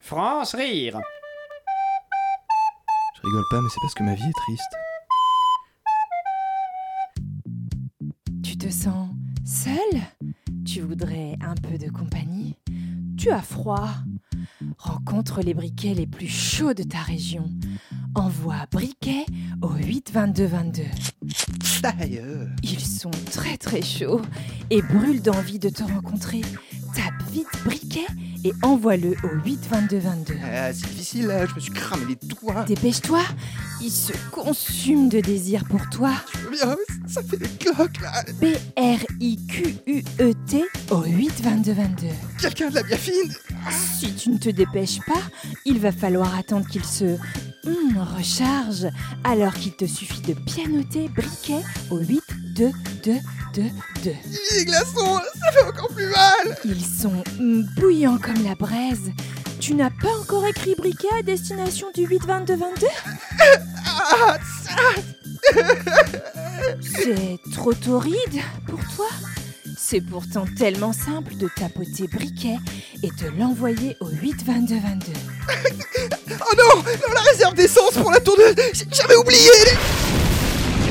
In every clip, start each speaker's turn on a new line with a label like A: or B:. A: France rire.
B: Je rigole pas, mais c'est parce que ma vie est triste.
C: Tu te sens seul Tu voudrais un peu de compagnie Tu as froid Rencontre les briquets les plus chauds de ta région. Envoie briquet au 8 22 22. Ils sont très très chauds et brûlent d'envie de te rencontrer. Tape vite briquet et envoie-le au 8 22 22.
D: Ah, c'est difficile là, je me suis cramé les doigts.
C: Dépêche-toi, ils se consument de désir pour toi.
D: Je viens, Oh, mais ça fait des cloques là.
C: B-R-I-Q-U-E-T E au 8 22 22.
D: Quelqu'un de la bien fine.
C: Si tu ne te dépêches pas, il va falloir attendre qu'il se hmm, recharge, alors qu'il te suffit de pianoter briquet au 8, 2, 2, 2, 2.
D: Les glaçons, ça fait encore plus mal.
C: Ils sont hmm, bouillants comme la braise. Tu n'as pas encore écrit briquet à destination du 8, 22, 22
D: Ah, ça.
C: C'est trop torride pour toi C'est pourtant tellement simple de tapoter briquet et de l'envoyer au 8, 22, 22.
D: Oh non, non, la réserve d'essence pour la tourneuse. j- J'avais oublié. les-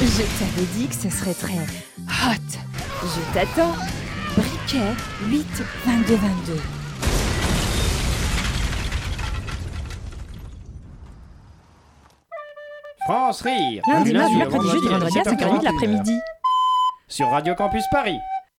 C: Je t'avais dit que ce serait très hot. Je t'attends. Briquet 8 22 22.
A: France rire.
E: Lundi,
A: Du
E: mardi,
A: au
E: mercredi, jeudi,
A: vendredi à
E: vendredi à
A: 7h40,
E: 5h30 de l'après-midi.
A: Sur Radio Campus Paris.